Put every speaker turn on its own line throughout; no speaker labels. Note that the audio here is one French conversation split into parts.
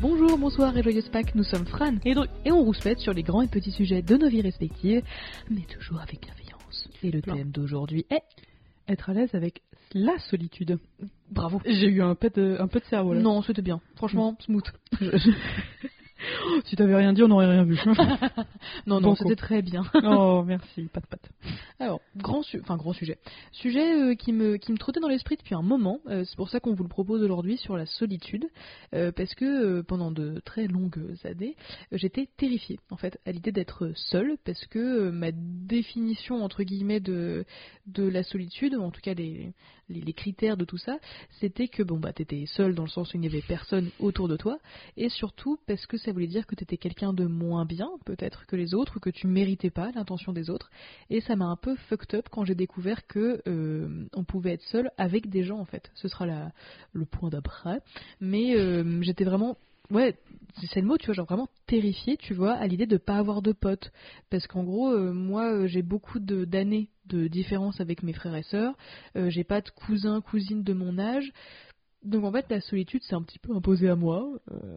Bonjour, bonsoir et joyeuse Pâques, nous sommes Fran et Dru, et on rouspète sur les grands et petits sujets de nos vies respectives, mais toujours avec bienveillance. Et le
Plein.
thème d'aujourd'hui est...
Être à l'aise avec la Ah, solitude.
Bravo
J'ai eu un peu de, un peu de cerveau là.
Non, c'était bien. Franchement, smooth.
Si t'avais rien dit, on n'aurait rien vu.
Non, non,
Banco.
c'était très bien.
oh, merci, pat pat.
Alors, grand, su- enfin, grand sujet. Sujet euh, qui, me, qui me trottait dans l'esprit depuis un moment. euh, c'est pour ça qu'on vous le propose aujourd'hui sur la solitude. euh, parce que euh, pendant de très longues années, euh, j'étais terrifiée, en fait, à l'idée d'être seule. Parce que euh, ma définition, entre guillemets, de, de la solitude, en tout cas les, les, les critères de tout ça, c'était que, bon, bah, t'étais seule dans le sens où il n'y avait personne autour de toi. Et surtout parce que ça voulait dire que t'étais quelqu'un de moins bien, peut-être, que les autres, ou que tu méritais pas l'attention des autres. Et ça m'a un peu fucked up quand j'ai découvert que euh, on pouvait être seul avec des gens en fait. Ce sera la, le point d'après. Mais euh, j'étais vraiment ouais, c'est c'est le mot, tu vois, genre vraiment terrifiée, tu vois, à l'idée de pas avoir de potes parce qu'en gros euh, moi euh, j'ai beaucoup de d'années de différence avec mes frères et sœurs, Euh, j'ai pas de cousins, cousines de mon âge. Donc en fait la solitude s'est un petit peu imposée à moi euh,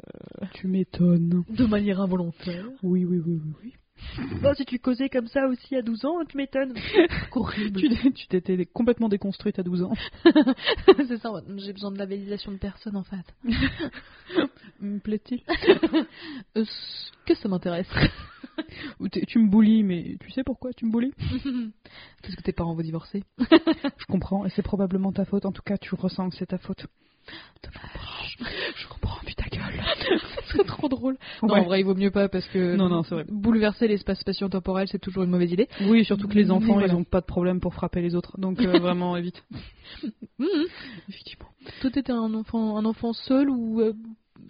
Tu m'étonnes.
de manière involontaire.
Oui, oui, oui, oui. oui.
Oh, si tu causais comme ça aussi à 12 ans, tu m'étonnes. Horrible.
Tu t'es- Tu t'étais complètement déconstruite à 12 ans.
C'est ça, j'ai besoin de la validation de personne en fait.
Me plaît-il
Euh, ce que ça m'intéresse
Ou t'es- Tu me boulis, mais tu sais pourquoi tu me boulis
Parce que tes parents vont divorcer.
Je comprends, et c'est probablement ta faute. En tout cas, tu ressens que c'est ta faute.
Je comprends, puis ta gueule. c'est trop drôle. Non,
Ouais.
en vrai, il vaut mieux pas parce que
Non, non, c'est vrai.
bouleverser l'espace spatio-temporel, c'est toujours une mauvaise idée.
Oui, surtout que les
Mais
enfants,
voilà.
ils ont pas de problème pour frapper les autres. Donc, euh, vraiment, évite. Mm-hmm. Effectivement.
Toi, t'étais un enfant, un enfant seul ou euh,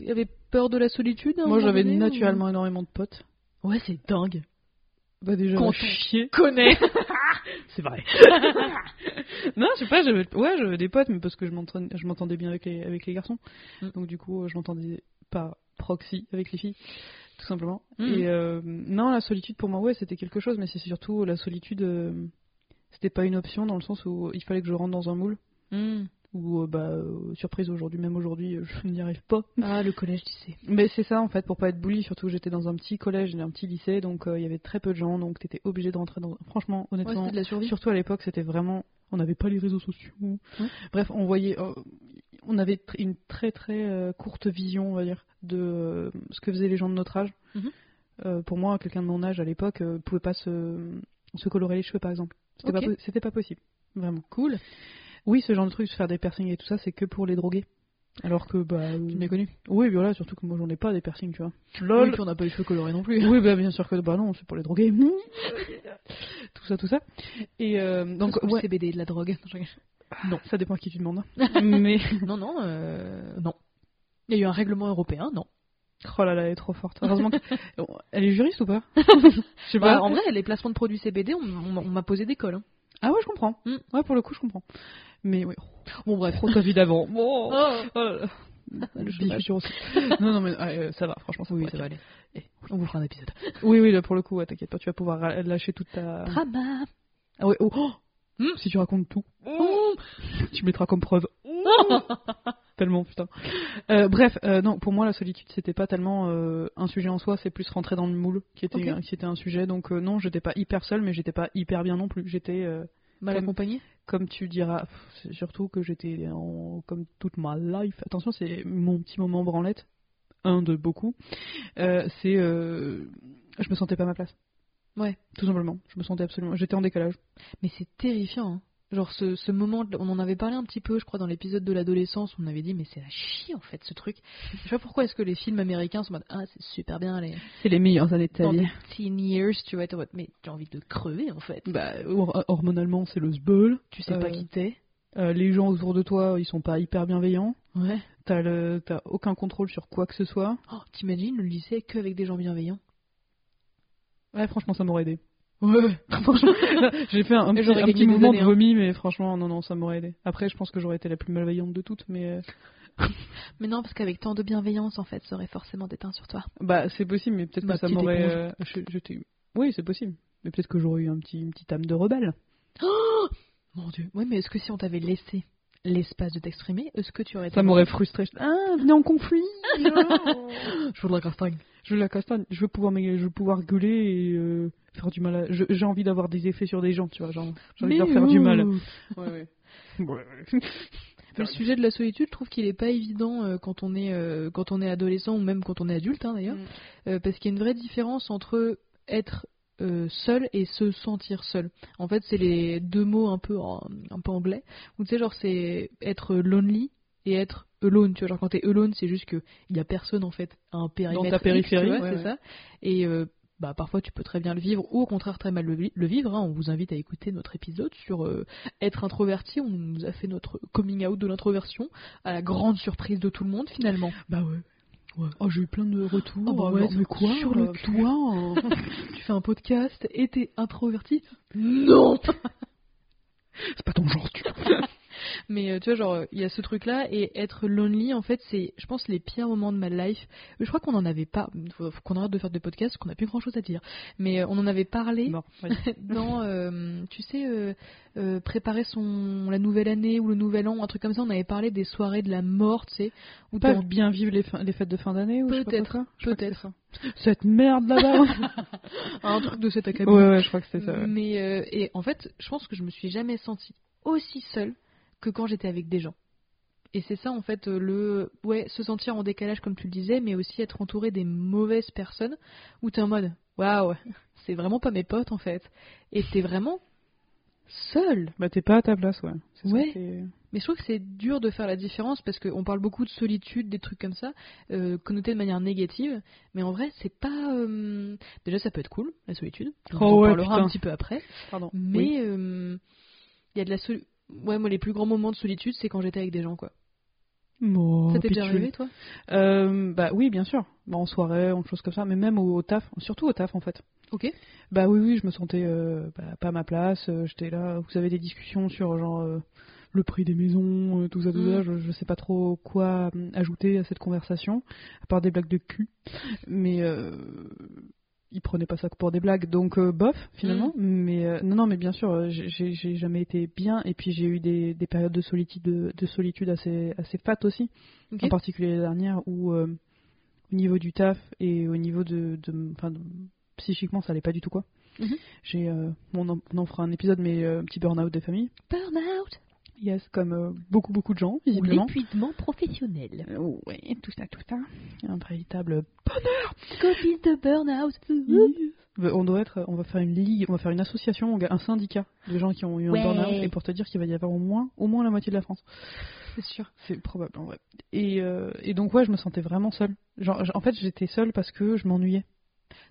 avait peur de la solitude à un
Moi,
moment
j'avais
donné, ou-
naturellement énormément de potes.
Ouais, c'est dingue.
Bah, déjà,
Quand
va
on-
chier.
Connais.
C'est vrai. non, je sais pas, j'avais ouais, j'avais des potes, mais parce que je m'entraîne- je m'entendais bien avec les, avec les garçons.
Mm.
Donc du coup, euh, je m'entendais pas proxy avec les filles, tout simplement.
Mm.
Et euh, non, la solitude pour moi, ouais, c'était quelque chose, mais c'est surtout la solitude, euh, c'était pas une option dans le sens où il fallait que je rentre dans un moule.
Mm.
Ou euh, bah euh, surprise aujourd'hui, même aujourd'hui, euh, je n'y arrive pas.
Ah, le collège, tu sais.
Mais c'est ça en fait, pour pas être bully, surtout j'étais dans un petit collège, et un petit lycée, donc euh, il y avait très peu de gens, donc t'étais obligé de rentrer dans. Franchement,
Ouais,
honnêtement,
c'était de la survie.
Surtout à l'époque, c'était vraiment. On n'avait pas les réseaux sociaux.
Ouais.
Bref, on voyait. euh, on avait tr- une très très euh, courte vision, on va dire, de euh, ce que faisaient les gens de notre âge.
Mhm.
Euh, pour moi, quelqu'un de mon âge à l'époque euh, pouvait pas se, se colorer les cheveux, par exemple. C'était pas
Ok.
po- c'était pas, possible, vraiment.
Cool.
Oui, ce genre de truc, se faire des piercings et tout ça, c'est que pour les drogués. Alors que, bah. euh,
Tu m'as connu.
Oui, voilà, surtout que moi j'en ai pas des piercings, tu vois.
Oui, puis on n'a pas les cheveux colorés non plus.
Oui, bah, bien sûr que bah non, c'est pour les drogués. tout ça, tout ça. Et euh, donc,
Donc,
ouais,
CBD, de la drogue.
Non, ça dépend à qui tu demandes. hein. Mais
Non, non, euh, non. Il y a eu un règlement européen, non.
oh là là, elle est trop forte. Heureusement que... elle est juriste ou pas Je sais
Bah,
pas.
en vrai, les placements de produits CBD, on, on- on m'a posé des cols. hein.
Ah ouais, je comprends.
Mm.
Ouais, pour le coup, je comprends. Mais ouais,
Bon, bref.
trop ta vie d'avant. Bon.
Oh.
Oh là là.
Le
Je dis
dommage.
futur aussi. non, non, mais euh, ça va, franchement, ça
Oui,
pourrait
ça va aller.
Eh,
on vous fera un épisode.
être. Oui, oui, là, pour le coup, ouais, t'inquiète pas, tu vas pouvoir ra- lâcher toute ta.
Drama.
Ah ouais, oh, oh.
Mm.
Si tu racontes tout,
Oh.
tu mettras comme preuve. tellement putain. Euh, bref, euh, non, pour moi la solitude c'était pas tellement euh, un sujet en soi, c'est plus rentrer dans le moule qui était,
Ok.
qui était un sujet. Donc euh, non, j'étais pas hyper seule, mais j'étais pas hyper bien non plus. J'étais, euh,
Mal
Comme-
accompagné
comme tu diras, pff, c'est surtout que j'étais en- comme toute ma life. Attention, c'est mon petit moment branlette, un de beaucoup. Euh, c'est, euh, je me sentais pas à ma place.
Ouais.
Tout simplement, je me sentais absolument. J'étais en décalage.
Mais c'est terrifiant. hein. Genre ce, ce moment, de- on en avait parlé un petit peu, je crois, dans l'épisode de l'adolescence, on avait dit, mais c'est la chie en fait ce truc. Je sais pas pourquoi est-ce que les films américains sont en mode, ah c'est super bien, les
C'est les meilleures années de ta
dans
vie.
les teen years, tu vois, t'es en mode, mais j'ai envie de crever en fait.
Bah, hor- hormonalement, c'est le sbeul.
Tu sais
Euh,
pas qui t'es.
Euh, les gens autour de toi, ils sont pas hyper bienveillants.
Ouais.
T'as le- t'as aucun contrôle sur quoi que ce soit.
Oh, t'imagines le lycée que avec des gens bienveillants
Ouais, franchement, ça m'aurait aidé.
Ouais.
Franchement, j'ai fait un,
Et
un petit,
j'aurais
un
gagné
petit
des
moment de
années, hein.
vomi, mais franchement, non, non, ça m'aurait aidé. Après, je pense que j'aurais été la plus malveillante de toutes, mais euh,
Mais non, parce qu'avec tant de bienveillance, en fait, ça aurait forcément déteint sur toi.
bah, c'est possible, mais peut-être
Ma
que ça
petite
m'aurait.
éponge.
euh, je- j'étais- oui, c'est possible, mais peut-être que j'aurais eu un petit, une petite âme de rebelle.
Mon dieu. Oui, mais est-ce que si on t'avait laissé l'espace de t'exprimer, est-ce que tu aurais été
Ça m'aurait frustré. Ah, venez en conflit oh.
Je voudrais castagne.
Je veux la castagne, je veux pouvoir, me- je veux pouvoir gueuler et euh, faire du mal. À... je- J'ai envie d'avoir des effets sur des gens, tu vois. genre, J'ai envie de leur faire du mal.
Le sujet de la solitude, je trouve qu'il n'est pas évident euh, quand, on est, euh, quand on est adolescent ou même quand on est adulte hein, d'ailleurs,
Mm.
Euh, parce qu'il y a une vraie différence entre être euh, seul et se sentir seul. En fait, c'est les deux mots un peu, en- un peu anglais, où tu sais, genre, c'est être lonely et être alone. Tu vois, genre, quand t'es alone, c'est juste qu'il n'y a personne en fait à un périmètre.
ta
X,
périphérie,
tu vois,
ouais,
c'est
ouais.
ça. Et. euh, bah, parfois tu peux très bien le vivre ou au contraire très mal le, vi- le vivre. hein. On vous invite à écouter notre épisode sur euh, être introverti. On nous a fait notre coming out de l'introversion à la grande surprise de tout le monde finalement.
Bah ouais. Oh, j'ai eu plein de retours.
Ah bah
euh,
ouais,
genre,
mais
mais
quoi,
quoi
sur le
euh, toit euh,
tu fais un podcast et t'es introverti Non
C'est pas ton genre, tu vois.
Mais euh, tu vois, genre, euh, il y a ce truc-là, et être lonely, en fait, c'est, je pense, les pires moments de ma life. Je crois qu'on en avait pas, faut, faut qu'on arrête de faire des podcasts, qu'on n'a plus grand-chose à dire. Mais euh, on en avait parlé
Mort.
dans, euh, tu sais, euh, euh, préparer son, la nouvelle année ou le nouvel an, un truc comme ça, on avait parlé des soirées de la mort, tu sais, où
Pas
t'as-
bien vivre les, fins- les fêtes de fin d'année ou je sais pas quoi,
Peut-être,
quoi. Je crois que c'est
peut-être.
ça. Cette merde là-bas. Mm.
un truc de cet acabit.
ouais, ouais, je crois que c'est ça. ouais.
Mais euh, et en fait, je pense que je me suis jamais sentie aussi seule que quand j'étais avec des gens. Et c'est ça en fait euh, le ouais se sentir en décalage comme tu le disais, mais aussi être entouré des mauvaises personnes où t'es en mode waouh c'est vraiment pas mes potes en fait et t'es vraiment seul.
Bah t'es pas à ta place, ouais. C'est ça,
Ouais.
t'es-
Mais je trouve que c'est dur de faire la différence parce qu'on parle beaucoup de solitude, des trucs comme ça, euh, connotés de manière négative. Mais en vrai, c'est pas. euh, Déjà, ça peut être cool, la solitude. On
Oh
en
ouais,
parlera un
putain.
petit peu après.
Pardon.
Mais
Oui.
euh, il y a de la sol- Ouais, moi, les plus grands moments de solitude, c'est quand j'étais avec des gens, quoi.
Oh,
ça t'est déjà
pitchouli.
arrivé, toi
Euh, bah oui, bien sûr. Bah, en soirée, en choses comme ça, mais même au, au taf, surtout au taf en fait.
Ok.
Bah oui, oui, je me sentais euh, bah, pas à ma place. euh, J'étais là. Vous avez des discussions sur genre euh, le prix des maisons, euh, tout ça, tout
Mm.
ça. Je, je sais pas trop quoi euh, ajouter à cette conversation, à part des blagues de cul. Mais euh, ils prenaient pas ça que pour des blagues, donc euh, bof finalement.
Mm.
Mais euh, non, non, mais bien sûr, euh, j'ai- j'ai j'ai jamais été bien. Et puis j'ai eu des, des périodes de solitude, de, de solitude assez assez fat aussi
Ok.
en particulier la dernière, où euh, au niveau du taf et au niveau de, de- enfin, de- psychiquement, ça allait pas du tout quoi.
Mhm.
J'ai, euh, bon, on, en, on en fera un épisode, mais euh, petit burn-out des familles.
Burnout
Yes, comme euh, beaucoup beaucoup de gens
ou
visiblement.
l'épuisement professionnel.
Euh, ouais, tout ça, tout ça. Un véritable.
Copine de burnout.
Euh, On doit être, on va faire une ligue, on va faire une association, on va- un syndicat de gens qui ont eu un
Ouais.
burn-out, et pour te dire qu'il va y avoir au moins, au moins la moitié de la France.
C'est sûr.
C'est probable, en vrai. Et, euh, et donc ouais, je me sentais vraiment seule. Genre, j- en fait, j'étais seule parce que je m'ennuyais.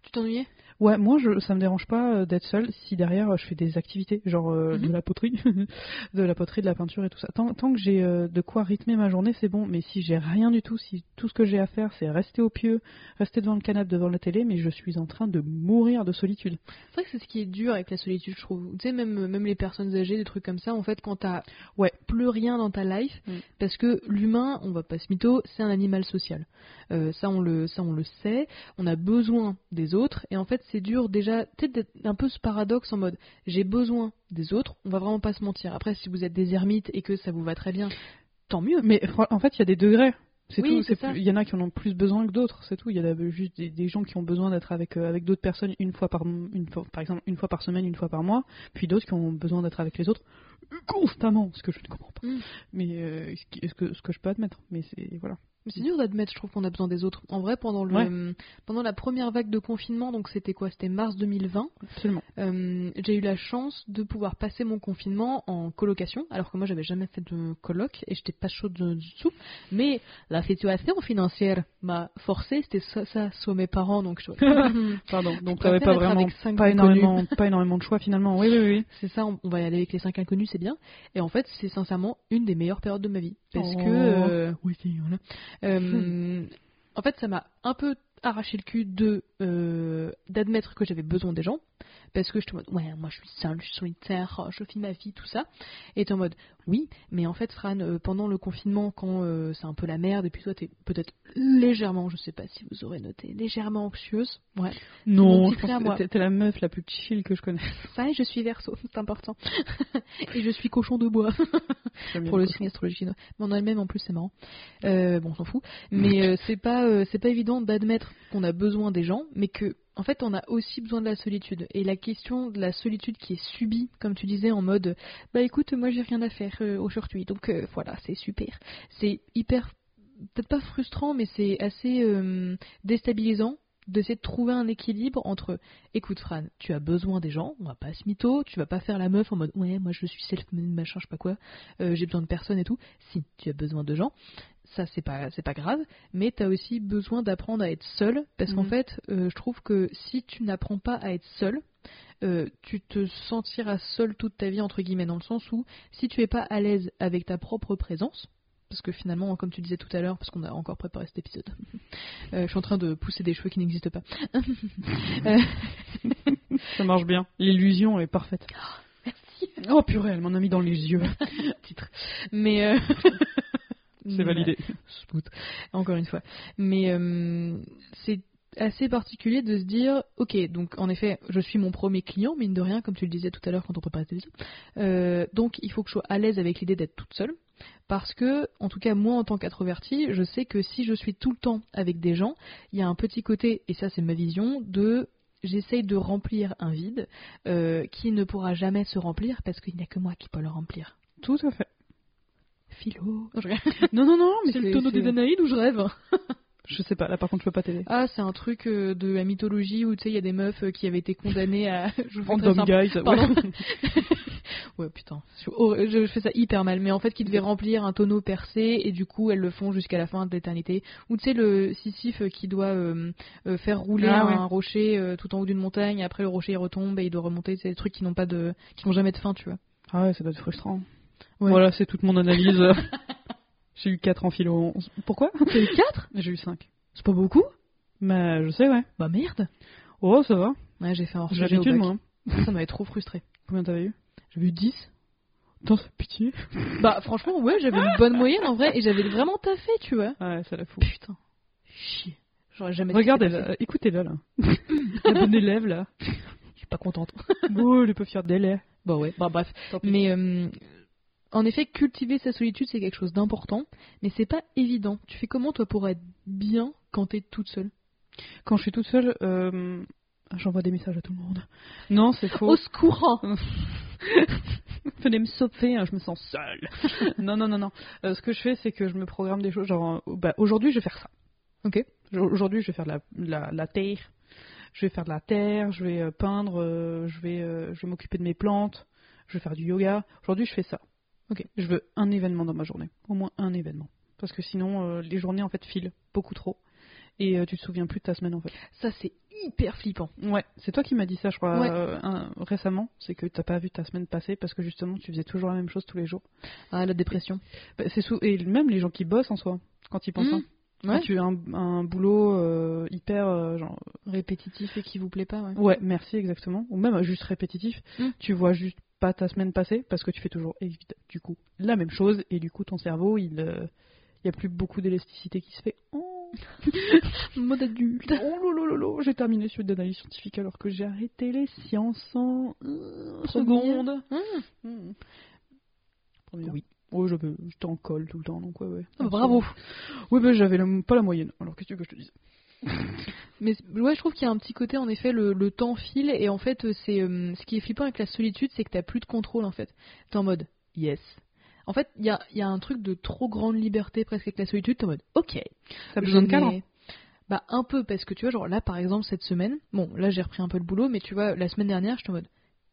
Tu t'ennuyais
Ouais, moi, je, ça me dérange pas euh, d'être seule si derrière euh, je fais des activités, genre euh,
Mhm.
de la poterie, de la poterie, de la peinture et tout ça. Tant, tant que j'ai euh, de quoi rythmer ma journée, c'est bon. Mais si j'ai rien du tout, si tout ce que j'ai à faire, c'est rester au pieu, rester devant le canapé, devant la télé, mais je suis en train de mourir de solitude.
C'est vrai que c'est ce qui est dur avec la solitude, je trouve. Tu sais, même, même les personnes âgées, des trucs comme ça, en fait, quand t'as
Ouais.
plus rien dans ta life,
Mm.
parce que l'humain, on va pas se mytho, c'est un animal social. Euh, ça, on le, ça, on le sait. On a besoin des autres, et en fait, c'est dur déjà, peut-être d'être un peu ce paradoxe en mode, j'ai besoin des autres, on va vraiment pas se mentir. Après, si vous êtes des ermites et que ça vous va très bien, tant mieux.
Mais fr- en fait, il y a des degrés. C'est
Oui,
tout.
c'est
c'est
ça.
plus- Il y en a qui en ont plus besoin que d'autres, c'est tout. Il y en a juste des, des gens qui ont besoin d'être avec euh, avec d'autres personnes une fois par m- une fois, par exemple une fois par semaine, une fois par mois, puis d'autres qui ont besoin d'être avec les autres constamment, ce que je ne comprends pas.
Mm.
Mais euh, ce, qui- ce que ce que je peux admettre, mais c'est voilà.
Mais c'est dur d'admettre, je trouve qu'on a besoin des autres. En vrai, pendant, le, pendant la première vague de confinement, donc c'était quoi C'était mars 2020.
Absolument.
Euh, j'ai eu la chance de pouvoir passer mon confinement en colocation, alors que moi j'avais jamais fait de coloc et j'étais pas chaude de- du tout. Mais la situation financière m'a forcé, c'était ça, ça soit mes parents, donc je
Pardon. Donc
préfère
t'avais pas
être
vraiment
avec cinq
pas
inconnus.
énormément pas énormément de choix finalement. Oui oui oui.
C'est ça, on on va y aller avec les cinq inconnus, c'est bien. Et en fait, c'est sincèrement une des meilleures périodes de ma vie. Parce
Oh.
que. euh, oui, c'est- voilà. Euh, en fait, ça m'a un peu arraché le cul de euh, d'admettre que j'avais besoin des gens, Parce que je te mode, ouais, moi je suis seule, je suis solitaire, oh, je vis ma vie, tout ça. Et t'es en mode, oui, mais en fait, Fran, euh, pendant le confinement, quand euh, c'est un peu la merde, et puis toi, t'es peut-être légèrement, je sais pas si vous aurez noté, légèrement anxieuse. Ouais.
Non,
Mon petit
je pense
frère,
que
moi.
t'es- t'es la meuf la plus chill que je connaisse.
Ça, et je suis verso, c'est important. et je suis cochon de bois. pour le signe astrologique chinois. Mais on a le même en plus, c'est marrant. Euh, bon, on s'en fout. Mais euh, c'est pas, euh, c'est pas évident d'admettre qu'on a besoin des gens, mais que, en fait, on a aussi besoin de la solitude. Et la question de la solitude qui est subie, comme tu disais, en mode, bah écoute, moi j'ai rien à faire euh, aujourd'hui, donc euh, voilà, c'est super. C'est hyper, peut-être pas frustrant, mais c'est assez euh, déstabilisant d'essayer de trouver un équilibre entre écoute Fran, tu as besoin des gens, on va pas se mytho, tu vas pas faire la meuf en mode ouais moi je suis self-made machin je sais pas quoi, euh, j'ai besoin de personne et tout. Si tu as besoin de gens, ça c'est pas c'est pas grave, mais tu as aussi besoin d'apprendre à être seul parce qu'en
Mhm.
fait, euh, je trouve que si tu n'apprends pas à être seul, euh, tu te sentiras seul toute ta vie entre guillemets dans le sens où si tu es pas à l'aise avec ta propre présence parce que finalement, comme tu disais tout à l'heure, parce qu'on a encore préparé cet épisode, euh, je suis en train de pousser des cheveux qui n'existent pas. Euh,
Ça marche bien. L'illusion est parfaite. Oh purée, elle m'en a mis dans les yeux.
titre. Mais euh,
C'est validé.
Spout. Encore une fois. Mais euh, c'est assez particulier de se dire, ok, donc en effet, je suis mon premier client, mine de rien, comme tu le disais tout à l'heure quand on préparait cette émission. Euh, donc il faut que je sois à l'aise avec l'idée d'être toute seule. Parce que, en tout cas, moi en tant qu'introverti, je sais que si je suis tout le temps avec des gens, il y a un petit côté, et ça c'est ma vision, de j'essaye de remplir un vide euh, qui ne pourra jamais se remplir parce qu'il n'y a que moi qui peux le remplir.
Tout à fait.
Philo.
Non, non, non, mais
C'est le tonneau
c'est-
des Danaïdes ou je rêve
Je sais pas, là par contre je peux pas t'aider.
Ah, c'est un truc euh, de la mythologie où tu sais, il y a des meufs euh, qui avaient été condamnées à. Je vous fais très
Random
simple.
guys.
Pardon. Ouais, putain. Je, suis hor- je fais ça hyper mal. Mais en fait, qui devaient remplir un tonneau percé et du coup, elles le font jusqu'à la fin de l'éternité. Ou tu sais, le Sisyphe euh, qui doit euh, euh, faire rouler
Ah
un
ouais.
rocher euh, tout en haut d'une montagne. Et après, le rocher il retombe et il doit remonter. C'est des trucs qui n'ont pas de. qui n'ont jamais de fin, tu vois.
Ah ouais, ça doit être frustrant.
Ouais.
Voilà, c'est toute mon analyse. J'ai eu 4 en philo. On s- Pourquoi
T'as eu 4
J'ai eu 5.
C'est pas beaucoup
Bah je sais, ouais.
Bah merde
Oh, ça va.
Ouais, j'ai fait un
J'ai
hors-sujet au
l'habitude,
bac.
moi.
Ça m'avait trop frustré.
Combien t'avais eu
J'avais eu 10
Tant pitié.
Bah franchement ouais j'avais une bonne moyenne en vrai et j'avais vraiment taffé tu vois.
Ah Ouais, ça la fout.
Putain. Chier. J'aurais jamais dû
Regardez,
faire ça.
là, écoutez-la, là. la bonne élève, là.
Je suis pas contente.
Oh, elle est pas fière d'elle, elle.
Bah ouais, bah bref.
Tant pis.
Mais euh, en effet cultiver sa solitude c'est quelque chose d'important mais c'est pas évident. Tu fais comment toi pour être bien quand t'es toute seule
Quand je suis toute seule, euh, j'envoie des messages à tout le monde. Non, c'est faux.
Au secours hein.
Venez me sauver, hein, je me sens seule. non, non, non, non. Euh, ce que je fais, c'est que je me programme des choses. Genre, euh, bah, aujourd'hui, je vais faire ça.
Ok.
Je- Aujourd'hui, je vais faire de la, de la, de la terre. Je vais faire de la terre. Je vais euh, peindre. euh, je vais, euh, je vais m'occuper de mes plantes. Je vais faire du yoga. Aujourd'hui, je fais ça.
Ok.
Je veux un événement dans ma journée. Au moins un événement. Parce que sinon, euh, les journées en fait filent beaucoup trop. Et euh, tu te souviens plus de ta semaine en fait.
Ça c'est hyper flippant.
Ouais, c'est toi qui m'as dit ça, je crois,
Ouais.
euh, un- récemment. C'est que t'as pas vu ta semaine passer parce que justement, tu faisais toujours la même chose tous les jours.
Ah la dépression.
Bah, c'est sou- et même les gens qui bossent en soi, quand ils pensent.
Mhm.
hein.
Ouais.
Quand tu as un, un boulot euh, hyper euh, genre
Répétitif et qui vous plaît pas ouais.
ouais merci exactement ou même euh, juste répétitif,
Mhm.
tu vois juste pas ta semaine passer parce que tu fais toujours évi- du coup la même chose et du coup ton cerveau il euh, y a plus beaucoup d'élasticité qui se fait. Oh,
Mode adulte.
oh lolololo, j'ai terminé sur d'analyse scientifique alors que j'ai arrêté les sciences en euh, seconde.
Mmh.
Mmh.
Première.
Oui. Oh, je, peux- je t'en colle tout le temps, donc ouais, ouais.
Ah, bah, bravo.
Oui, mais j'avais la- pas la moyenne. Alors, qu'est-ce que tu veux que je te dise
Mais c- ouais, je trouve qu'il y a un petit côté, en effet, le, le temps file, et en fait, euh, c'est euh, ce qui est flippant avec la solitude, c'est que t'as plus de contrôle, en fait. T'es en mode, yes. En fait, il y a, il y a un truc de trop grande liberté presque avec la solitude, t'es en mode, ok.
T'as besoin de
je
cadre
n'ai- Bah, un peu, parce que tu vois, genre là, par exemple, cette semaine, bon, là, j'ai repris un peu le boulot, mais tu vois, la semaine dernière, j'étais en mode,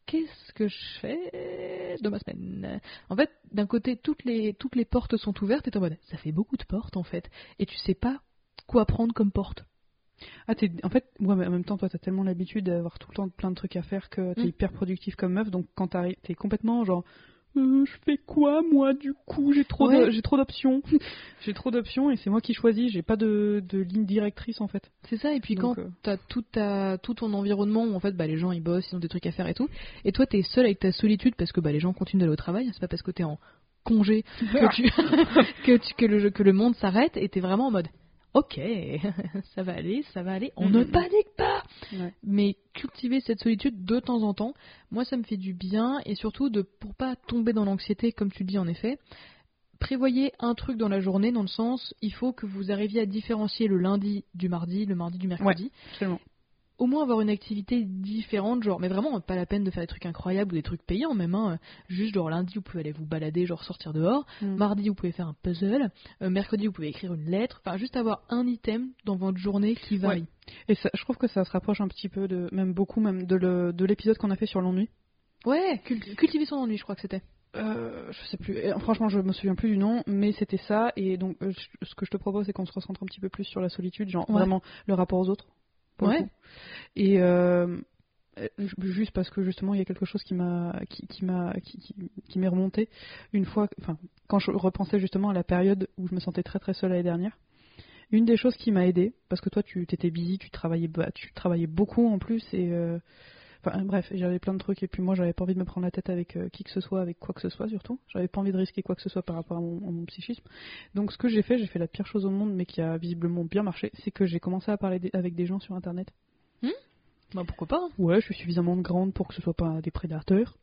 qu'est-ce que je fais de ma semaine En fait, d'un côté, toutes les, toutes les portes sont ouvertes, et t'es en mode, ça fait beaucoup de portes, en fait, et tu sais pas quoi prendre comme porte.
Ah, t'es- en fait, ouais, mais en même temps, toi, t'as tellement l'habitude d'avoir tout le temps plein de trucs à faire que t'es
Mm.
hyper productif comme meuf, donc quand t'arrives, t'es complètement genre Euh, je fais quoi moi du coup J'ai trop
Ouais.
de- j'ai trop d'options. j'ai trop d'options et c'est moi qui choisis. J'ai pas de, de ligne directrice en fait.
C'est ça, et puis
Donc,
quand
euh,
t'as tout, ta- tout ton environnement où en fait bah, les gens ils bossent, ils ont des trucs à faire et tout, et toi t'es seul avec ta solitude parce que bah, les gens continuent d'aller au travail, c'est pas parce que t'es en congé
Ah.
que, tu- que, tu- que le, jeu- que le monde s'arrête et t'es vraiment en mode ok, ça va aller, ça va aller, on ne
Mhm.
panique pas
Ouais.
Mais cultiver cette solitude de temps en temps, moi ça me fait du bien et surtout de pour pas tomber dans l'anxiété comme tu dis en effet, prévoyez un truc dans la journée dans le sens il faut que vous arriviez à différencier le lundi du mardi, le mardi du mercredi.
absolument.
Au moins avoir une activité différente, genre, mais vraiment pas la peine de faire des trucs incroyables ou des trucs payants, même hein, juste genre lundi vous pouvez aller vous balader, genre sortir dehors,
Mm.
mardi vous pouvez faire un puzzle, Euh, mercredi vous pouvez écrire une lettre, enfin juste avoir un item dans votre journée qui varie.
Et ça, je trouve que ça se rapproche un petit peu de, même beaucoup même de le- de l'épisode qu'on a fait sur l'ennui.
Ouais, cul- cultiver son ennui je crois que c'était.
Euh, je sais plus. Eh, Franchement, je me souviens plus du nom, mais c'était ça. Et donc, euh, je- ce que je te propose, c'est qu'on se recentre un petit peu plus sur la solitude, genre
Ouais.
vraiment le rapport aux autres. pour le
Ouais.
coup. Et euh, euh, ju- juste parce que justement, il y a quelque chose qui m'a, qui, qui m'a, qui, qui- qui m'est remonté une fois. Enfin, quand je repensais justement à la période où je me sentais très très seule l'année dernière. Une des choses qui m'a aidée, parce que toi, tu t'étais busy, tu travaillais, ba- tu travaillais beaucoup en plus et euh, Enfin, bref, j'avais plein de trucs et puis moi j'avais pas envie de me prendre la tête avec euh, qui que ce soit, avec quoi que ce soit surtout. J'avais pas envie de risquer quoi que ce soit par rapport à mon, à mon psychisme. Donc ce que j'ai fait, j'ai fait la pire chose au monde mais qui a visiblement bien marché, c'est que j'ai commencé à parler des- avec des gens sur internet.
Bah pourquoi pas, hein.
Ouais, je suis suffisamment grande pour que ce soit pas des prédateurs.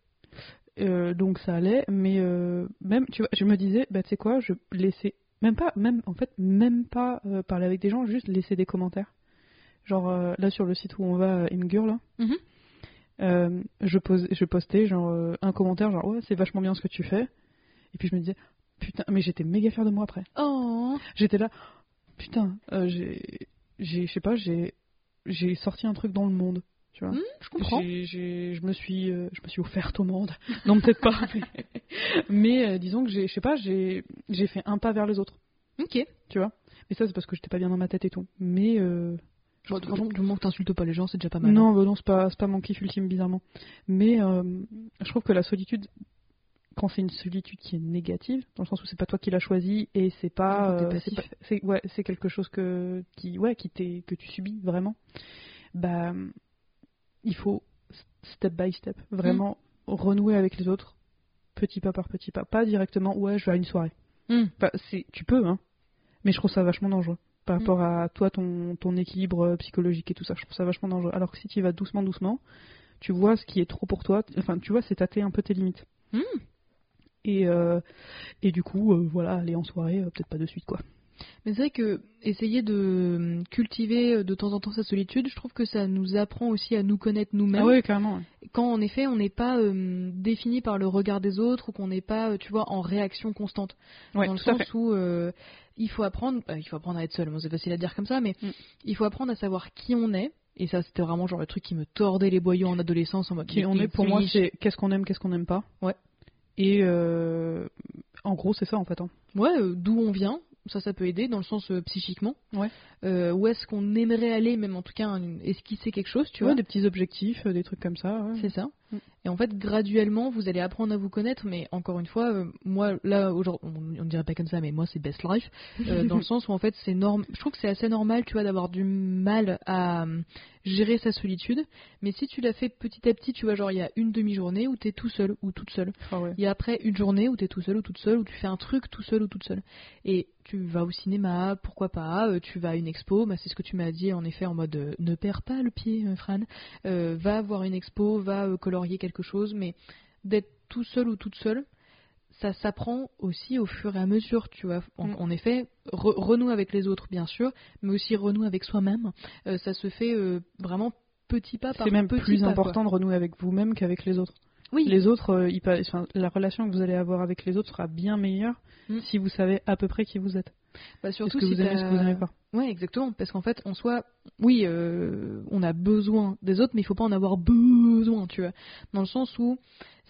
Euh, donc ça allait, mais euh, même, tu vois, je me disais, bah tu sais quoi, je laissais, même pas, même, en fait, même pas euh, parler avec des gens, juste laisser des commentaires. Genre euh, là sur le site où on va, euh, Imgur, là,
Mhm.
euh, je, pose, je postais genre euh, un commentaire, genre ouais, c'est vachement bien ce que tu fais. Et puis je me disais, putain, mais j'étais méga fière de moi après.
Oh,
J'étais là, putain, euh, j'ai, j'ai- je sais pas, j'ai, j'ai sorti un truc dans le monde, tu vois.
Hmm, je comprends.
J'ai- j'ai- je me suis, euh, je me suis offerte au monde. Non, peut-être pas. mais- mais euh, disons que j'ai, je sais pas, j'ai, j'ai fait un pas vers les autres,
Ok.
tu vois. Mais ça, c'est parce que j'étais pas bien dans ma tête et tout. Mais euh, je-
Bon, de toute façon, du moment que t'insultes pas les gens, c'est déjà pas mal. hein.
non, bah non, c'est pas, c'est pas mon kiff ultime, bizarrement. Mais euh, je trouve que la solitude, quand c'est une solitude qui est négative, dans le sens où c'est pas toi qui l'as choisi et c'est pas,
Un côté
euh, c'est
passif.
pas- c'est ouais, c'est quelque chose que qui ouais qui t'est que tu subis vraiment. Bah, il faut step by step, vraiment
Mm.
renouer avec les autres, petit pas par petit pas, pas directement ouais je vais à une soirée.
Mm.
Enfin, c'est tu peux hein, mais je trouve ça vachement dangereux par
Mm.
rapport à toi ton ton équilibre euh, psychologique et tout ça. Je trouve ça vachement dangereux. Alors que si tu y vas doucement doucement, tu vois ce qui est trop pour toi. t- Enfin tu vois c'est tâter un peu tes limites.
Mm.
Et euh, et du coup euh, voilà aller en soirée euh, peut-être pas de suite quoi.
Mais c'est vrai que essayer de cultiver euh, de temps en temps sa solitude, je trouve que ça nous apprend aussi à nous connaître nous-mêmes.
Ah ouais carrément.
quand en effet on n'est pas euh, défini par le regard des autres ou qu'on n'est pas, euh, tu vois, en réaction constante.
Ouais,
dans le
tout à
sens
fait.
où euh, il faut apprendre, euh, il faut apprendre à être seul. Bon, c'est facile à dire comme ça, mais
Mm.
il faut apprendre à savoir qui on est. Et ça, c'était vraiment genre le truc qui me tordait les boyaux en adolescence en mode.
Qui on est pour moi c'est qu'est-ce qu'on aime qu'est-ce qu'on n'aime pas.
Ouais.
Et euh, en gros c'est ça en fait. hein.
Ouais, euh, d'où on vient, ça, ça peut aider dans le sens euh, psychiquement.
Ouais.
Euh, où est-ce qu'on aimerait aller, même en tout cas un- esquisser quelque chose, tu
Tu vois,
vois.
des petits objectifs, euh, des trucs comme ça. ouais.
C'est ça.
Mm.
Et en fait, graduellement, vous allez apprendre à vous connaître, mais encore une fois, euh, moi, là, aujourd'hui, on, on dirait pas comme ça, mais moi, c'est best life, euh, dans le sens où, en fait, c'est norm... je trouve que c'est assez normal, tu vois, d'avoir du mal à euh, gérer sa solitude, mais si tu l'as fait petit à petit, tu vois, genre, il y a une demi-journée où t'es tout seul ou toute seule,
Ah ouais.
il y a après une journée où t'es tout seul ou toute seule, où tu fais un truc tout seul ou toute seule. Et tu vas au cinéma, pourquoi pas, euh, tu vas à une expo, bah, c'est ce que tu m'as dit en effet en mode euh, ne perds pas le pied, euh, Fran, Euh, va voir une expo, va euh, colorier quelque chose, mais d'être tout seul ou toute seule, ça s'apprend aussi au fur et à mesure, tu vois. En,
Mm.
en effet, re- renoue avec les autres, bien sûr, mais aussi renoue avec soi-même. Euh, ça se fait euh, vraiment petit pas par
C'est même
petit
plus
pas, quoi.
important de renouer avec vous-même qu'avec les autres.
Oui,
Les autres, euh, ils pa- enfin, la relation que vous allez avoir avec les autres sera bien meilleure
Mm.
si vous savez à peu près qui vous êtes.
bah,
Est-ce
surtout
que
si
vous aimez ce que vous
t'as-
n'aimez pas.
Ouais, exactement. Parce qu'en fait, en soi, oui, euh, on a besoin des autres, mais il faut pas en avoir besoin, tu vois. Dans le sens où,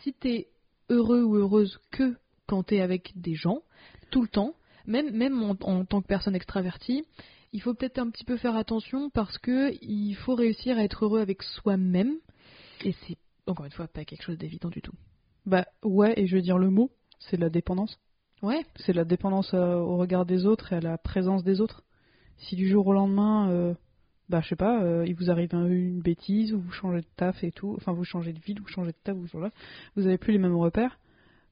si t'es heureux ou heureuse que quand t'es avec des gens, tout le temps, même, même en, en tant que personne extravertie, il faut peut-être un petit peu faire attention parce que il faut réussir à être heureux avec soi-même. Et c'est, encore une fois, pas quelque chose d'évident du tout.
Bah ouais, et je veux dire le mot, c'est la dépendance.
Ouais.
C'est la dépendance euh, au regard des autres et à la présence des autres. Si du jour au lendemain, euh, bah je sais pas, euh, il vous arrive un- une bêtise ou vous changez de taf et tout, enfin vous changez de ville ou vous changez de taf ou genre là, vous avez plus les mêmes repères.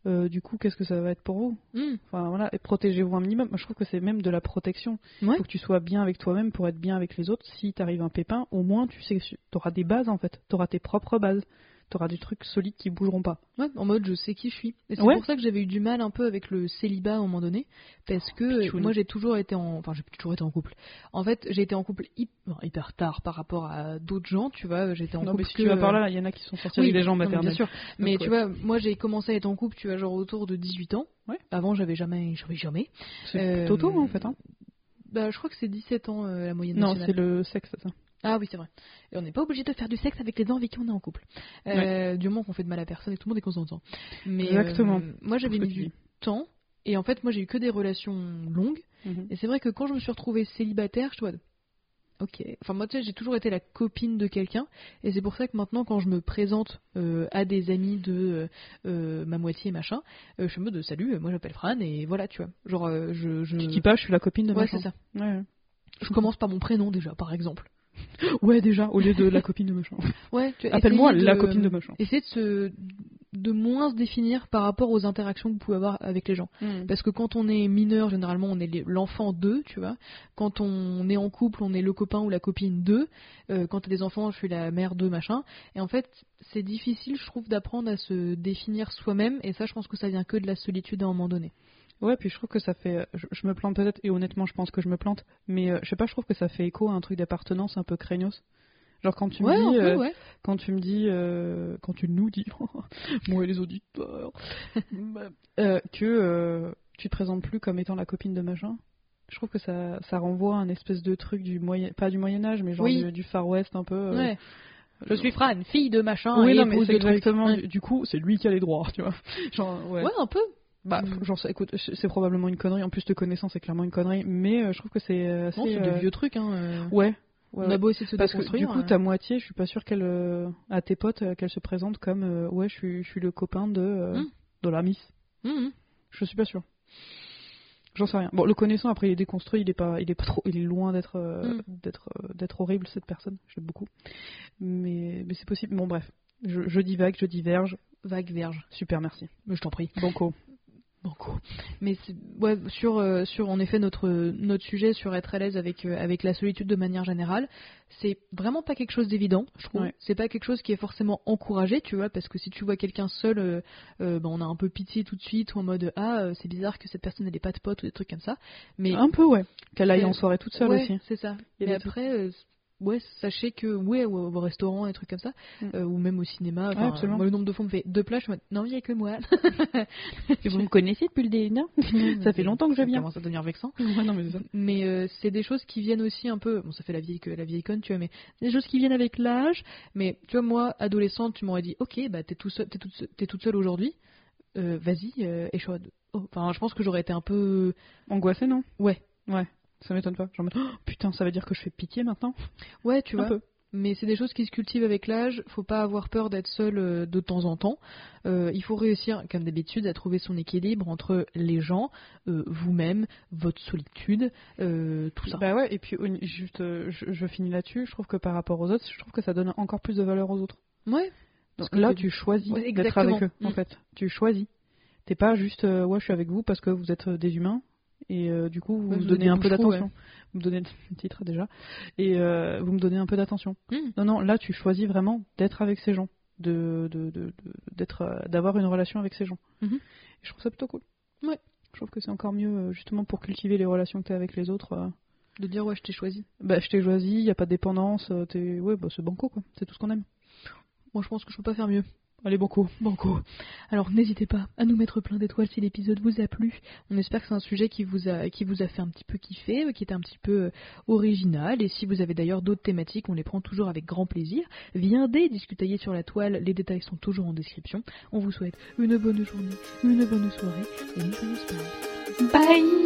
euh, du coup, qu'est-ce que ça va être pour vous
Mm.
Enfin voilà, et protégez-vous un minimum. Moi, je trouve que c'est même de la protection.
Ouais.
Faut que tu sois bien avec toi-même pour être bien avec les autres. Si t'arrive un pépin, au moins tu sais, que t'auras des bases en fait, t'auras tes propres bases, t'auras des trucs solides qui bougeront pas.
Ouais, en mode je sais qui je suis. Et c'est
Ouais.
pour ça que j'avais eu du mal un peu avec le célibat à un moment donné, parce que
pitchoune.
moi j'ai toujours été en, enfin j'ai toujours été en couple. En fait, j'ai été en couple hy- enfin, hyper tard par rapport à d'autres gens, tu vois. J'étais en
Non,
couple
mais si
que-
tu vas par là, il y en a qui sont sortis
Oui,
avec des gens
non, mais
maternels.
bien sûr. Mais
Donc,
tu vois, moi j'ai commencé à être en couple, tu vois, genre autour de 18 ans.
Ouais.
Avant, j'avais jamais, j'avais jamais.
C'est
Euh,
plutôt tôt, en fait. hein.
Bah, je crois que c'est 17 ans euh, la moyenne
Non,
nationale.
c'est le sexe, ça.
Ah oui, c'est vrai. Et on n'est pas obligé de faire du sexe avec les gens avec qui on est en couple. Euh, Du moment qu'on fait de mal à personne et que tout le monde est consentant. Mais,
Exactement.
euh, moi j'avais
ce que
mis
tu
du
dis.
temps. Et en fait, moi j'ai eu que des relations longues. Et c'est vrai que quand je me suis retrouvée célibataire, je vois. Ok. Enfin, moi, tu sais, j'ai toujours été la copine de quelqu'un. Et c'est pour ça que maintenant, quand je me présente euh, à des amis de euh, euh, ma moitié, machin, euh, je suis en mode salut, euh, moi j'appelle Fran, et voilà, tu vois. Genre, euh, je. je...
Tu dis pas, je suis la copine de
ouais,
machin.
c'est ça.
Ouais, ouais.
Je commence par mon prénom déjà, par exemple.
Ouais, déjà, au lieu de la copine de machin.
Ouais, tu vois,
Appelle-moi
essayez
la copine de machin.
Essayez de se. de moins se définir par rapport aux interactions que vous pouvez avoir avec les gens.
Hmm.
Parce que quand on est mineur, généralement, on est les- l'enfant d'eux, tu vois. Quand on est en couple, on est le copain ou la copine d'eux. Euh, quand t'as des enfants, je suis la mère d'eux, machin. Et en fait, c'est difficile, je trouve, d'apprendre à se définir soi-même. Et ça, je pense que ça vient que de la solitude à un moment donné.
Ouais, puis je trouve que ça fait. euh, Je, je me plante peut-être, et honnêtement, je pense que je me plante, mais euh, je sais pas, je trouve que ça fait écho à un truc d'appartenance un peu craignos. Genre quand tu
ouais,
me
un
dis,
peu,
euh,
ouais.
quand tu me dis, euh, quand tu nous dis, moi et les auditeurs, euh, que euh, tu te présentes plus comme étant la copine de machin, je trouve que ça, ça renvoie à un espèce de truc du moyen, pas du Moyen Âge, mais genre
Oui.
du, du Far West un peu. euh,
Ouais. Je suis Fran, fille de machin.
Oui,
et
non, mais
épouse
c'est
de truc.
exactement.
Ouais.
Du, du coup, c'est lui qui a les droits, tu vois. Genre, ouais.
Ouais, un peu.
Bah,
Mm.
j'en sais- écoute, c'est c'est probablement une connerie. En plus, te connaissant, c'est clairement une connerie. Mais euh, je trouve que c'est euh, assez.
Non, c'est
euh,
des vieux trucs, hein. euh.
Ouais. ouais,
On a
ouais.
beau essayer de se
Parce que du
déconstruire,
coup,
hein.
ta moitié, je suis pas sûre qu'elle, euh, à tes potes, euh, qu'elle se présente comme euh, ouais, je suis, je suis le copain de, euh,
Mm.
de la Miss.
Mhm.
Je suis pas sûre. J'en sais rien. Bon, le connaissant, après, il est déconstruit, il est pas, il est pas trop, il est loin d'être, euh,
Mm.
d'être, euh, d'être horrible cette personne. Je l'aime beaucoup, mais, mais c'est possible. Bon, bref, je, je divague, je diverge.
Vague verge.
Super, merci.
Mais je t'en prie.
Banco.
Banco. Mais c'est- ouais, sur, euh, sur en effet notre, notre sujet sur être à l'aise avec, euh, avec la solitude de manière générale, c'est vraiment pas quelque chose d'évident, je trouve.
Ouais.
C'est pas quelque chose qui est forcément encouragé, tu vois, parce que si tu vois quelqu'un seul, euh, euh, ben, on a un peu pitié tout de suite, ou en mode ah euh, c'est bizarre que cette personne elle ait pas de pote ou des trucs comme ça. Mais
Un peu, ouais. Qu'elle aille
Mais-
en soirée toute seule
ouais,
Ah, aussi.
c'est ça.
Il y a
Mais
des trucs-
après, euh, ouais, sachez que, ouais, au, au restaurant et trucs comme ça,
Mm.
euh, ou même au cinéma, enfin,
absolument.
moi, le nombre de fois on me fait deux plats, je suis en mode, non, il y a que moi.
vous me connaissez depuis le début Ça fait longtemps que je viens.
Ça commence à devenir vexant.
Ouais, non, mais c'est ça.
Mais euh, c'est des choses qui viennent aussi un peu. Bon, ça fait la vieille, que- la vieille conne, tu vois, mais des choses qui viennent avec l'âge. Mais tu vois, moi, adolescente, tu m'aurais dit, ok, bah t'es tout seul, t'es toute, se- t'es toute seule aujourd'hui. euh, Vas-y, euh, et je suis en mode, oh. Enfin, je pense que j'aurais été un peu.
Angoissée, non
Ouais.
Ouais. Ça m'étonne pas. Genre, mais- Oh, putain, ça veut dire que je fais pitié maintenant
Ouais, tu
Un
vois.
peu.
Mais c'est des choses qui se cultivent avec l'âge. Faut pas avoir peur d'être seul euh, de temps en temps. Euh, il faut réussir, comme d'habitude, à trouver son équilibre entre les gens, euh, vous-même, votre solitude, euh, tout ça.
Bah ouais, et puis au- juste, euh, je, je finis là-dessus. Je trouve que par rapport aux autres, je trouve que ça donne encore plus de valeur aux autres.
ouais.
Donc,
que
là,
t'es-
tu choisis
Ouais,
d'être avec eux,
exactement.
en
Mm.
fait. Tu choisis. T'es pas juste, euh, ouais, je suis avec vous parce que vous êtes euh, des humains. Et euh, du coup, vous,
Ouais,
me
vous êtes
donnez
des
un peu
boucherons,
d'attention. Vous me donnez le titre déjà. Et euh, vous me donnez un peu d'attention.
Mm.
Non, non, là, tu choisis vraiment d'être avec ces gens. De, de, de- de- d'être, euh, d'avoir une relation avec ces gens.
Mhm.
Et je trouve ça plutôt cool.
Ouais.
Je trouve que c'est encore mieux, euh, justement, pour cultiver les relations que t'as avec les autres. euh,
De dire, ouais, je t'ai choisi.
bah, je t'ai choisi, il n'y a pas de dépendance, euh, t'es... Ouais, bah, c'est banco, quoi. C'est tout ce qu'on aime.
Moi, je pense que je peux pas faire mieux.
Allez, banco.
Banco. Alors n'hésitez pas à nous mettre plein d'étoiles si l'épisode vous a plu. On espère que c'est un sujet qui vous a qui vous a fait un petit peu kiffer, euh, qui était un petit peu euh, original. Et si vous avez d'ailleurs d'autres thématiques, on les prend toujours avec grand plaisir. Viendez discutailler sur la toile. Les détails sont toujours en description. On vous souhaite une bonne journée, une bonne soirée et une joyeuse Pâques.
Bye